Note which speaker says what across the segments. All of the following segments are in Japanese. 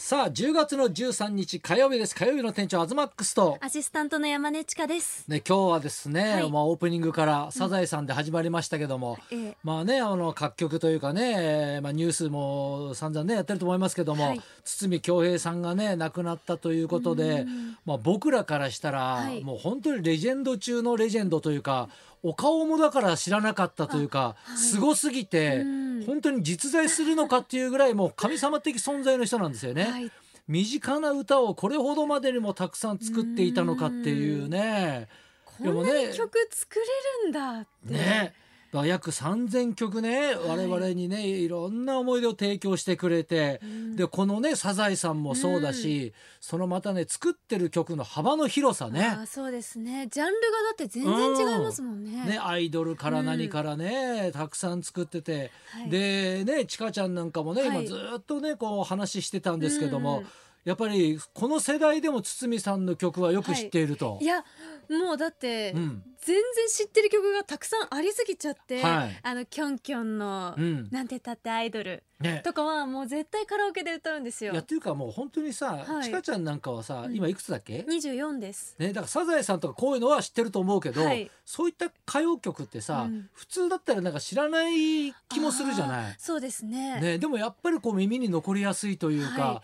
Speaker 1: さあ10月の13日火曜日です火曜日の店長アズマックスと、
Speaker 2: アシスタントの山根千佳です。
Speaker 1: ね、今日はですね、
Speaker 2: はい
Speaker 1: まあ、オープニングから「サザエさん」で始まりましたけども、
Speaker 2: ええ
Speaker 1: まあねあの各局というかね、えーまあ、ニュースも散々ねやってると思いますけども、
Speaker 2: はい
Speaker 1: 堤恭平さんがね亡くなったということで
Speaker 2: うん、
Speaker 1: まあ、僕らからしたら、
Speaker 2: はい
Speaker 1: もう本当にレジェンド中のレジェンドというかお顔もだから知らなかったというか、
Speaker 2: はい
Speaker 1: すごすぎて
Speaker 2: うん
Speaker 1: 本当に実在するのかっていうぐらいもう神様的存在の人なんですよね。
Speaker 2: はい、
Speaker 1: 身近な歌をこれほどまでにもたくさん作っていたのかっていうね。
Speaker 2: こ
Speaker 1: でも
Speaker 2: ん
Speaker 1: ね
Speaker 2: なに曲作れるんだって。
Speaker 1: ね。だから約3,000曲ね
Speaker 2: い
Speaker 1: 我々にねいろんな思い出を提供してくれて
Speaker 2: うん
Speaker 1: でこのね「サザエさん」もそうだしそのまたね作ってる曲の幅の広さ
Speaker 2: あー
Speaker 1: ね
Speaker 2: そうですね。ジャンルがだって全然違いますもんね。
Speaker 1: ねアイドルから
Speaker 2: うん
Speaker 1: 何からねたくさん作ってて
Speaker 2: はい、
Speaker 1: でねちかちゃんなんかもね
Speaker 2: は
Speaker 1: 今
Speaker 2: い
Speaker 1: ずっとねこう話してたんですけど
Speaker 2: う
Speaker 1: も
Speaker 2: んうん
Speaker 1: やっぱりこの世代でも堤さんの曲はよく知っていると
Speaker 2: い。やもうだって、
Speaker 1: うん
Speaker 2: 全然知ってる曲がたくさんありすぎちゃって、
Speaker 1: はい
Speaker 2: あのキョンキョンの、
Speaker 1: うん
Speaker 2: なんて言ったってアイドル
Speaker 1: ね
Speaker 2: とかはもう絶対カラオケで歌うんです
Speaker 1: いや
Speaker 2: よ
Speaker 1: っ。ていうかもう本当にさ、
Speaker 2: はい
Speaker 1: ちかちゃんなんかはさ、
Speaker 2: うん
Speaker 1: 今いくつだっけ、
Speaker 2: 二十四です。
Speaker 1: ね、だからサザエさんとかこういうのは知ってると思うけど、
Speaker 2: はい
Speaker 1: そういった歌謡曲ってさ、
Speaker 2: うん
Speaker 1: 普通だったらなんか知らない気もするじゃな
Speaker 2: そうです
Speaker 1: い、ね、でもやっぱりこう耳に残りやすいというか、
Speaker 2: は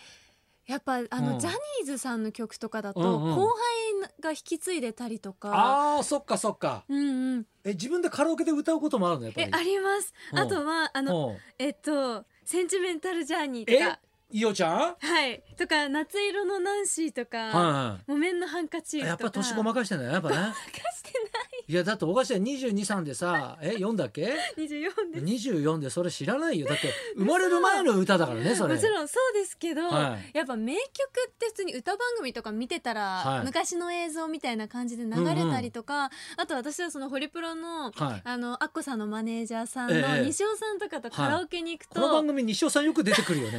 Speaker 2: やっぱあの、
Speaker 1: うん
Speaker 2: ジャニーズさんの曲とかだと、
Speaker 1: うんうん
Speaker 2: 後輩が引き継いでたりとか。
Speaker 1: あーそっかそっか
Speaker 2: うんうん、
Speaker 1: え自分でカラオケで歌うこともあるのやっぱ
Speaker 2: え
Speaker 1: り
Speaker 2: あります。
Speaker 1: うん
Speaker 2: あとはあの
Speaker 1: うん
Speaker 2: えっとセンチメンタルジャーニーと
Speaker 1: え
Speaker 2: か
Speaker 1: いおちゃんは
Speaker 2: はいとか夏色のナンシーと
Speaker 1: い
Speaker 2: か、
Speaker 1: は
Speaker 2: 木綿のハンカチー
Speaker 1: い
Speaker 2: フとか
Speaker 1: やっぱ年ごまかしてんだよやっぱね
Speaker 2: かして
Speaker 1: いやだってお菓子は223でさえ4だっけ
Speaker 2: ない24です。
Speaker 1: 24でそれ知らないよだって生まれる前の歌だからねそれ
Speaker 2: もちろんそうですけど、
Speaker 1: はい
Speaker 2: やっぱ名曲って普通に歌番組とか見てたら、
Speaker 1: はい
Speaker 2: 昔の映像みたいな感じで流れたりとか、あと私はそのホリプロ
Speaker 1: は
Speaker 2: の
Speaker 1: い
Speaker 2: あのアッコさんのマネージャーさん
Speaker 1: え
Speaker 2: の
Speaker 1: え
Speaker 2: 西尾さんとかとカラオケに行く、
Speaker 1: ことの番組西尾さんよく出てくるよ ね。う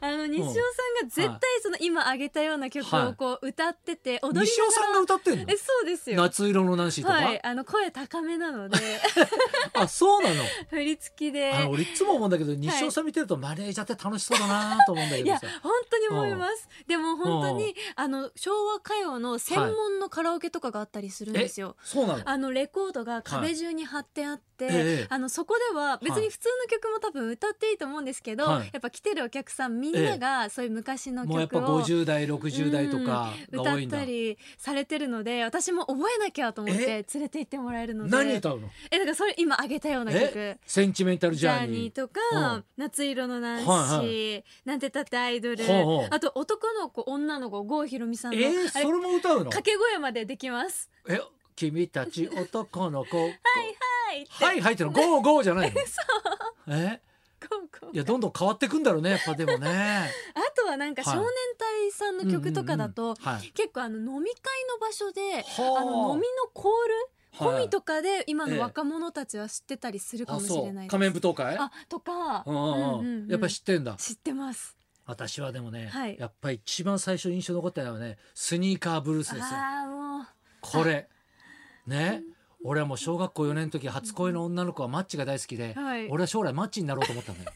Speaker 2: あの西尾さんが絶対その今挙げたような曲をこう歌ってて踊り
Speaker 1: ん、
Speaker 2: ながら
Speaker 1: 西尾さんが歌ってんの
Speaker 2: えそうですよ
Speaker 1: 夏色のナンシーとか、
Speaker 2: はいあの声高めな ので
Speaker 1: あそうなの
Speaker 2: 振り付きで
Speaker 1: あの俺いつも思うんだけど西尾さん見てるとマネージャーって楽しそうだなと思うんだけ
Speaker 2: い
Speaker 1: ど
Speaker 2: や
Speaker 1: さ。
Speaker 2: 本当に思いますでも本当にあの昭和歌謡の専門のカラオケとかがあったりするんですよ、
Speaker 1: そうなの
Speaker 2: あのレコードが壁中に貼ってあって、
Speaker 1: はいええ
Speaker 2: あのそこでは別に普通の曲も多分歌っていいと思うんですけど、
Speaker 1: はい
Speaker 2: やっぱ来てるお客さんみんながそういう昔の
Speaker 1: もうやっぱ
Speaker 2: 曲を
Speaker 1: 50代60代とかが
Speaker 2: 歌
Speaker 1: 多
Speaker 2: っ
Speaker 1: いんだ
Speaker 2: た。りされてるので私も覚えなきゃと思って連れて行ってもらえるので
Speaker 1: 何歌うの
Speaker 2: えだからそれ今あげたような
Speaker 1: え
Speaker 2: 曲
Speaker 1: センチメンタルジ
Speaker 2: ジ
Speaker 1: ャ
Speaker 2: ャ
Speaker 1: ー
Speaker 2: ーニー
Speaker 1: ニー。
Speaker 2: とか、
Speaker 1: うん
Speaker 2: 夏色のナンシー、
Speaker 1: は
Speaker 2: なんてたってアイドル、
Speaker 1: ほうほう
Speaker 2: あと男の子女の子郷ひろみさん
Speaker 1: え
Speaker 2: の、
Speaker 1: ー
Speaker 2: あれ
Speaker 1: それも歌うの
Speaker 2: 掛け声までできます
Speaker 1: え君たち男の子。はい
Speaker 2: はいって、
Speaker 1: はいはいってのゴーゴーじゃ ないの。え
Speaker 2: こうこう
Speaker 1: いやどんどん変わってくんだろうねやっぱでもね。
Speaker 2: あとはなんか
Speaker 1: はい
Speaker 2: 少年隊さんの曲とかだと、
Speaker 1: うんうんうんはい
Speaker 2: 結構あの飲み会の場所で
Speaker 1: はあ
Speaker 2: あの飲みのコール、
Speaker 1: はい
Speaker 2: 込みとかで今
Speaker 1: ええ
Speaker 2: の若者たちは知ってたりする
Speaker 1: あ
Speaker 2: かもしれ
Speaker 1: そう
Speaker 2: ないです
Speaker 1: 仮面舞踏会。
Speaker 2: あとか、
Speaker 1: うんうん
Speaker 2: うん
Speaker 1: う
Speaker 2: うんん
Speaker 1: やっぱり知ってんだ。
Speaker 2: 知ってます
Speaker 1: 私はでもね、
Speaker 2: はい
Speaker 1: やっぱり一番最初印象残ったのはねスニーカーブルースですよ
Speaker 2: ああもう
Speaker 1: これね俺はもう小学校4年の時初恋の女の子はマッチが大好きで、
Speaker 2: はい
Speaker 1: 俺は将来マッチになろうと思ったんだよ、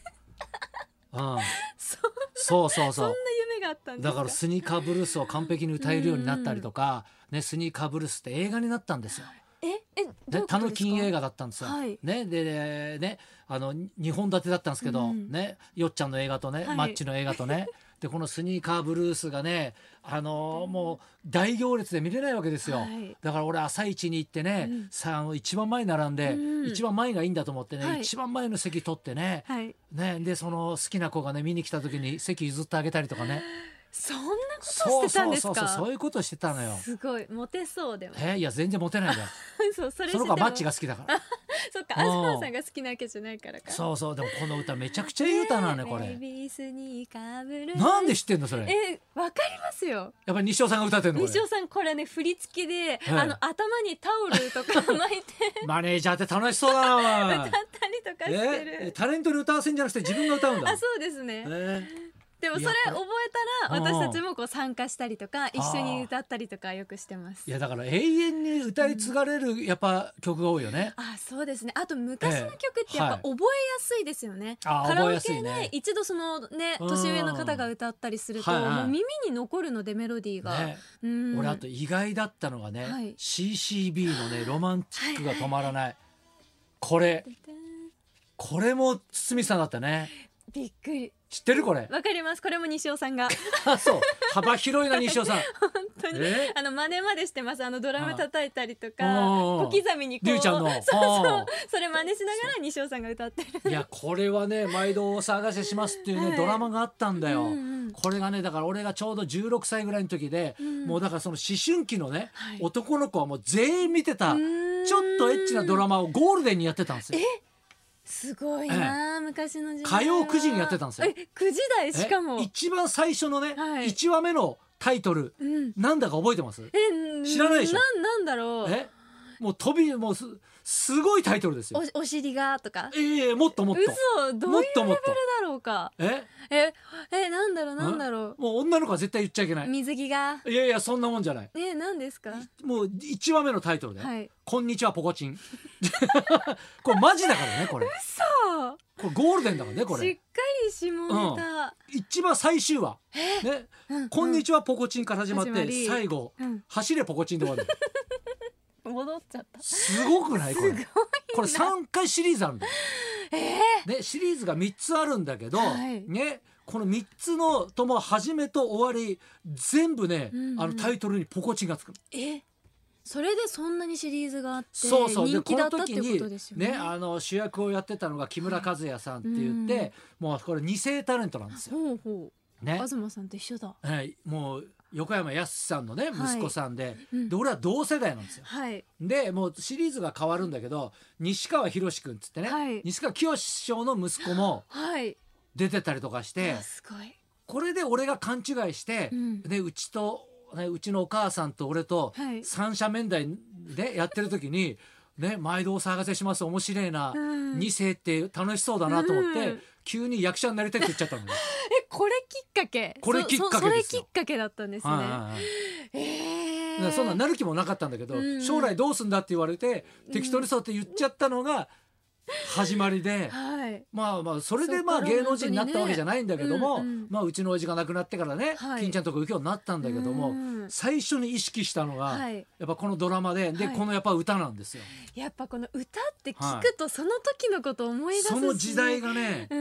Speaker 1: うん、
Speaker 2: そ
Speaker 1: そうそう
Speaker 2: そん
Speaker 1: そ
Speaker 2: な
Speaker 1: う
Speaker 2: 夢があったんです
Speaker 1: だからスニーカーブルースを完璧に歌えるようになったりとか、ね、スニーカーブルースって映画になったんですよ。
Speaker 2: ええどうい
Speaker 1: ね
Speaker 2: うことです、か
Speaker 1: タヌキン映画だったんですよ。
Speaker 2: はい
Speaker 1: ね、ででねあのに2本立てだったんですけど、
Speaker 2: うん
Speaker 1: ね、よっちゃんの映画とね、
Speaker 2: はい
Speaker 1: マッチの映画と ねでこの「スニーカーブルース」がね、あのーもう大行列で見れないわけですよ。
Speaker 2: はい
Speaker 1: だから俺朝一に行ってね、
Speaker 2: うん
Speaker 1: さあの一番前に並んで、
Speaker 2: うん
Speaker 1: 一番前がいいんだと思ってね、
Speaker 2: はい
Speaker 1: 一番前の席取ってね,、
Speaker 2: はい
Speaker 1: ねでその好きな子がね見に来た時に席譲ってあげたりとかね
Speaker 2: そんなこと
Speaker 1: そ
Speaker 2: を
Speaker 1: う
Speaker 2: してたん
Speaker 1: そう
Speaker 2: です
Speaker 1: そ
Speaker 2: か
Speaker 1: うそうそういうことしてたのよ。
Speaker 2: すごいモテそうでも
Speaker 1: えいや全然モテないんだ よ
Speaker 2: そうそれ
Speaker 1: その子はマッチ
Speaker 2: が
Speaker 1: が好きだから。
Speaker 2: そっか
Speaker 1: うん
Speaker 2: 東さんが好きなわけじゃないからか
Speaker 1: そうそうでもこの歌めちゃくちゃ
Speaker 2: ね
Speaker 1: いい歌なのねこ
Speaker 2: ベイ
Speaker 1: れ。
Speaker 2: ビースニーカーブルー
Speaker 1: なんで知ってんのそれ。や
Speaker 2: えわかりますよ
Speaker 1: っぱり西尾さんが歌ってんのこ
Speaker 2: 西尾
Speaker 1: れ。
Speaker 2: さんこれね振り付けで、
Speaker 1: はい
Speaker 2: あの頭にタオルとか巻いて
Speaker 1: マネージャーって楽しそうだ
Speaker 2: 歌っ
Speaker 1: な。
Speaker 2: たりとかして
Speaker 1: え
Speaker 2: る
Speaker 1: タレントに歌わせんじゃなくて自分が歌うんだ
Speaker 2: あ。そうですね
Speaker 1: え
Speaker 2: ででもそれ
Speaker 1: いや
Speaker 2: 覚
Speaker 1: こ
Speaker 2: えたら
Speaker 1: うんうん
Speaker 2: 私たちもこう参加したりとか一緒に歌ったりとかよくしてます
Speaker 1: いやだから永遠に歌い継がれるやっぱ曲が多いよね。
Speaker 2: あそうですねあと昔の曲ってやっぱ
Speaker 1: ええ
Speaker 2: 覚えやすいですよね、
Speaker 1: あ
Speaker 2: カ
Speaker 1: 覚
Speaker 2: ラ
Speaker 1: え
Speaker 2: オ
Speaker 1: やす
Speaker 2: ケ
Speaker 1: い
Speaker 2: で
Speaker 1: ね
Speaker 2: 一度そのね
Speaker 1: うん
Speaker 2: 年上の方が歌ったりすると、
Speaker 1: はいはい
Speaker 2: もう耳に残るのでメロディーが、
Speaker 1: ね、
Speaker 2: うん
Speaker 1: 俺あと意外だったのがね、
Speaker 2: はい
Speaker 1: CCB のねロマンチックが止まらない。これこれも堤さんだったね。
Speaker 2: びっくり
Speaker 1: 知ってるこ れ。
Speaker 2: わかりますこれも西尾さん が
Speaker 1: あそう幅広いな西尾さん。
Speaker 2: 本当に
Speaker 1: え
Speaker 2: あの真似までしてますあのドラム叩いたりとか
Speaker 1: うん
Speaker 2: 小刻みにこう
Speaker 1: りゅうちゃんの
Speaker 2: そうそう
Speaker 1: うん
Speaker 2: それ真似しながら西尾さんが歌ってる
Speaker 1: いやこれはね毎度お騒がせしますっていうね、
Speaker 2: はい
Speaker 1: ドラマがあったんだよ。
Speaker 2: うんうん
Speaker 1: これがねだから俺がちょうど16歳ぐらいの時で、
Speaker 2: ん
Speaker 1: もうだからその思春期のね、
Speaker 2: はい
Speaker 1: 男の子はもう全員見てた
Speaker 2: う
Speaker 1: ち
Speaker 2: ー
Speaker 1: ょ
Speaker 2: ん
Speaker 1: っとエッチなドラマをゴールデンにやってたんですよ。
Speaker 2: すごいなあ、昔の時代は
Speaker 1: 火曜9時にやってたんですよ
Speaker 2: え9時台しかも
Speaker 1: え一番最初のね、
Speaker 2: はい
Speaker 1: 一1話目のタイトル
Speaker 2: うん
Speaker 1: なんだか覚えてます
Speaker 2: え
Speaker 1: 知らないでしょ
Speaker 2: なんなんだろう
Speaker 1: えもう飛びもうすすごいタイトルですよ。
Speaker 2: おお尻がとか
Speaker 1: ええもっともっと。
Speaker 2: 嘘どういう
Speaker 1: も
Speaker 2: レ
Speaker 1: っと
Speaker 2: ベ
Speaker 1: も
Speaker 2: ル
Speaker 1: っ
Speaker 2: だ
Speaker 1: と
Speaker 2: ろうか
Speaker 1: え
Speaker 2: ええなんだろうなんだろ
Speaker 1: もう女の子は絶対言っちゃいけな
Speaker 2: う
Speaker 1: い。
Speaker 2: 水着が
Speaker 1: いやいやそんなもんじゃない。
Speaker 2: えなんですか
Speaker 1: もう1話目のタイトルで、
Speaker 2: はい
Speaker 1: こんにちはポコチン。 これマジだからねこれ。
Speaker 2: そう
Speaker 1: これゴールデンだからねこ
Speaker 2: しっ
Speaker 1: れ。
Speaker 2: かり下ネタ、
Speaker 1: 一番最終話ね、
Speaker 2: うん
Speaker 1: こんにちはポコチンから始まって、
Speaker 2: 始まり
Speaker 1: 最後
Speaker 2: うん
Speaker 1: 走れポコチンで終わる。
Speaker 2: 戻っちゃった
Speaker 1: すごくないこれ。これ3回シリーズあるんだよ。ねシリーズが3つあるんだけど、
Speaker 2: はい
Speaker 1: ねこの3つのとも始めと終わり全部ね、
Speaker 2: うんうん
Speaker 1: あのタイトルにポコチンがつく。
Speaker 2: えそれでそんなにシリーズがあって
Speaker 1: そうそう
Speaker 2: 人気だったって
Speaker 1: でこの
Speaker 2: ことです
Speaker 1: 時
Speaker 2: よ
Speaker 1: に
Speaker 2: ね
Speaker 1: ねあの主役をやってたのが木村和也さんって言って、
Speaker 2: はい
Speaker 1: もうこれ二世タレントなんですよ。
Speaker 2: ほうほう
Speaker 1: ね、
Speaker 2: 東さんと一緒だ
Speaker 1: はい、もう横山やすしさんのね
Speaker 2: はい
Speaker 1: 息子さんで、
Speaker 2: うん
Speaker 1: で俺は同世代なんですよ。
Speaker 2: はい
Speaker 1: でもうシリーズが変わるんだけど西川宏君っつってね、
Speaker 2: はい
Speaker 1: 西川清師匠の息子も
Speaker 2: はい
Speaker 1: 出てたりとかして
Speaker 2: あすごい
Speaker 1: これで俺が勘違いして、
Speaker 2: うん
Speaker 1: でうちと、ね、うちのお母さんと俺と
Speaker 2: はい
Speaker 1: 三者面談でやってる時に、ね、毎度お騒がせします面白いな、
Speaker 2: うん
Speaker 1: 二世って楽しそうだなと思って、
Speaker 2: うん
Speaker 1: 急に役者になりたいって言っちゃったのよ。
Speaker 2: えこれきっかけ
Speaker 1: これきっかけ
Speaker 2: そそそれ
Speaker 1: です
Speaker 2: き
Speaker 1: よ
Speaker 2: っかけだった んですね、
Speaker 1: はいはいはい
Speaker 2: え
Speaker 1: だからそんななる気もなかったんだけど、
Speaker 2: うん
Speaker 1: 将来どうすんだって言われて、適当にそうやって言っちゃったのが始まり で。
Speaker 2: はい
Speaker 1: まあまあそれでまあ
Speaker 2: そっから
Speaker 1: 芸能人になったわけじゃないんだけども
Speaker 2: 本当にねうんうん
Speaker 1: まあうちの親父が亡くなってからね、
Speaker 2: はい
Speaker 1: 金ちゃんとこ行くようになったんだけども、
Speaker 2: うん
Speaker 1: 最初に意識したのが、
Speaker 2: はい
Speaker 1: やっぱこのドラマでで、
Speaker 2: はい
Speaker 1: このやっぱ歌なんですよ。
Speaker 2: やっぱこの歌って聞くとその時のことを思い出すし、
Speaker 1: その時代がね、
Speaker 2: う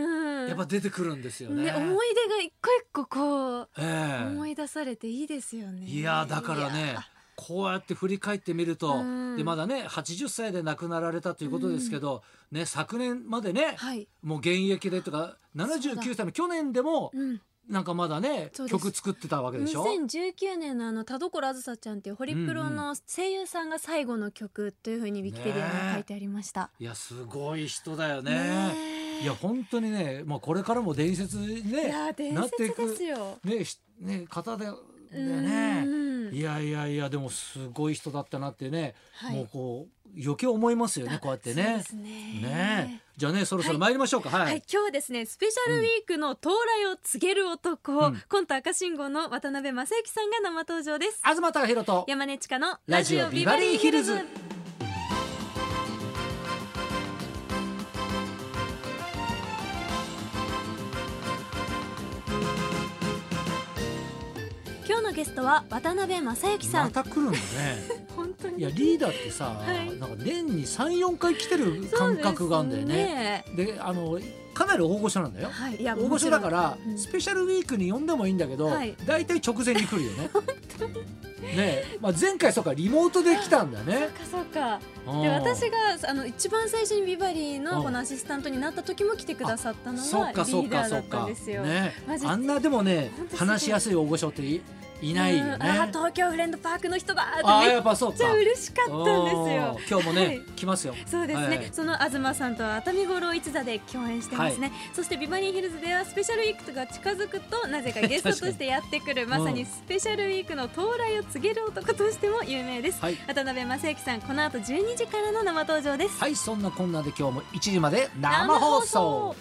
Speaker 2: ん
Speaker 1: やっぱ出てくるんですよね。
Speaker 2: ね思い出が一個一個こう
Speaker 1: ええ
Speaker 2: 思い出されていいですよね。
Speaker 1: いやーだから
Speaker 2: い
Speaker 1: ね
Speaker 2: や
Speaker 1: こうやって振り返ってみると、
Speaker 2: うん
Speaker 1: でまだね80歳で亡くなられたということですけど、ね、昨年までね、
Speaker 2: はい、
Speaker 1: もう現役でとか79歳の去年でも
Speaker 2: うん、
Speaker 1: なんかまだね
Speaker 2: そうです
Speaker 1: 曲作ってたわけでしょ。
Speaker 2: 2019年のあの田所あずさちゃんっていうホリプロの声優さんが最後の曲というふうにウィキペディアに書いてありました。
Speaker 1: いやすごい人だよね。
Speaker 2: ねえ
Speaker 1: いや本当にね、まあこれからも伝説に
Speaker 2: い
Speaker 1: ね
Speaker 2: やー伝
Speaker 1: なってい
Speaker 2: 説です
Speaker 1: く
Speaker 2: よ。
Speaker 1: ねしね方だよだよ
Speaker 2: う
Speaker 1: ね。
Speaker 2: ん
Speaker 1: いやいやいやでもすごい人だったなってね、
Speaker 2: はい
Speaker 1: もうこう余計思いますよねこうやって
Speaker 2: そう
Speaker 1: ね
Speaker 2: で。すね
Speaker 1: ねえじゃあねそろそろ参りましょうか。はい。
Speaker 2: はい、今日はですねスペシャルウィークの到来を告げる男、
Speaker 1: うん
Speaker 2: コント赤信号の渡辺正行さんが生登場です
Speaker 1: 東隆弘と
Speaker 2: 山根千佳のラ
Speaker 1: ラ
Speaker 2: ジ
Speaker 1: ジ
Speaker 2: オ
Speaker 1: オ
Speaker 2: ビ
Speaker 1: ビ
Speaker 2: バ
Speaker 1: バ
Speaker 2: リ
Speaker 1: リ
Speaker 2: ー
Speaker 1: ー
Speaker 2: ヒ
Speaker 1: ヒ
Speaker 2: ル
Speaker 1: ル
Speaker 2: ズ
Speaker 1: ズ
Speaker 2: 今日のゲストは渡辺正行さ
Speaker 1: ま
Speaker 2: ん、
Speaker 1: た来るの ね。
Speaker 2: 本当に
Speaker 1: いやリーダーってさ、
Speaker 2: はい
Speaker 1: なんか年に三四回来てる感覚があるんだよ
Speaker 2: そうです
Speaker 1: ね。であのかなり大御所なんだよ。
Speaker 2: はい、いや
Speaker 1: 大御所だか
Speaker 2: も
Speaker 1: ら、
Speaker 2: うん
Speaker 1: スペシャルウィークに呼んでもいいんだけど、
Speaker 2: はい
Speaker 1: 大体直前に来るよ ね。ねえ、まあ前回そうかリモートで来たんだね。
Speaker 2: ちろんそうかそうか
Speaker 1: うん
Speaker 2: で私があの一番最初にビバリー
Speaker 1: う
Speaker 2: の
Speaker 1: ん
Speaker 2: このアシスタントになった時も来てくださったの
Speaker 1: そ
Speaker 2: は
Speaker 1: っ
Speaker 2: リ
Speaker 1: かそっ
Speaker 2: ーダ
Speaker 1: か
Speaker 2: ー
Speaker 1: そ
Speaker 2: だ
Speaker 1: っ
Speaker 2: った
Speaker 1: か。
Speaker 2: んですよ。
Speaker 1: ね
Speaker 2: マジで
Speaker 1: あんなでもね
Speaker 2: 本当すごい
Speaker 1: 話しやすい大御所っていいないよ
Speaker 2: うん
Speaker 1: ね。
Speaker 2: あ東京フレンドパークの人だ
Speaker 1: あ
Speaker 2: ーっ
Speaker 1: あ
Speaker 2: てめ
Speaker 1: や
Speaker 2: っ
Speaker 1: っぱそう
Speaker 2: ち
Speaker 1: か
Speaker 2: ゃ。嬉しかったんですよ
Speaker 1: お。ー今日もね、
Speaker 2: はい
Speaker 1: 来ますよ。
Speaker 2: そうですね、
Speaker 1: はい
Speaker 2: その東さんとは熱海五郎一座で共演してますね、そしてビバリーヒルズではスペシャルウィークが近づくとなぜかゲストとしてやってくるま
Speaker 1: かに
Speaker 2: さにスペシャルウィークの到来を告げる男としても有名です、
Speaker 1: はい
Speaker 2: 渡辺正行さんこの後12時からの生登場です、
Speaker 1: はいそんなこんなで今日も1時まで生放送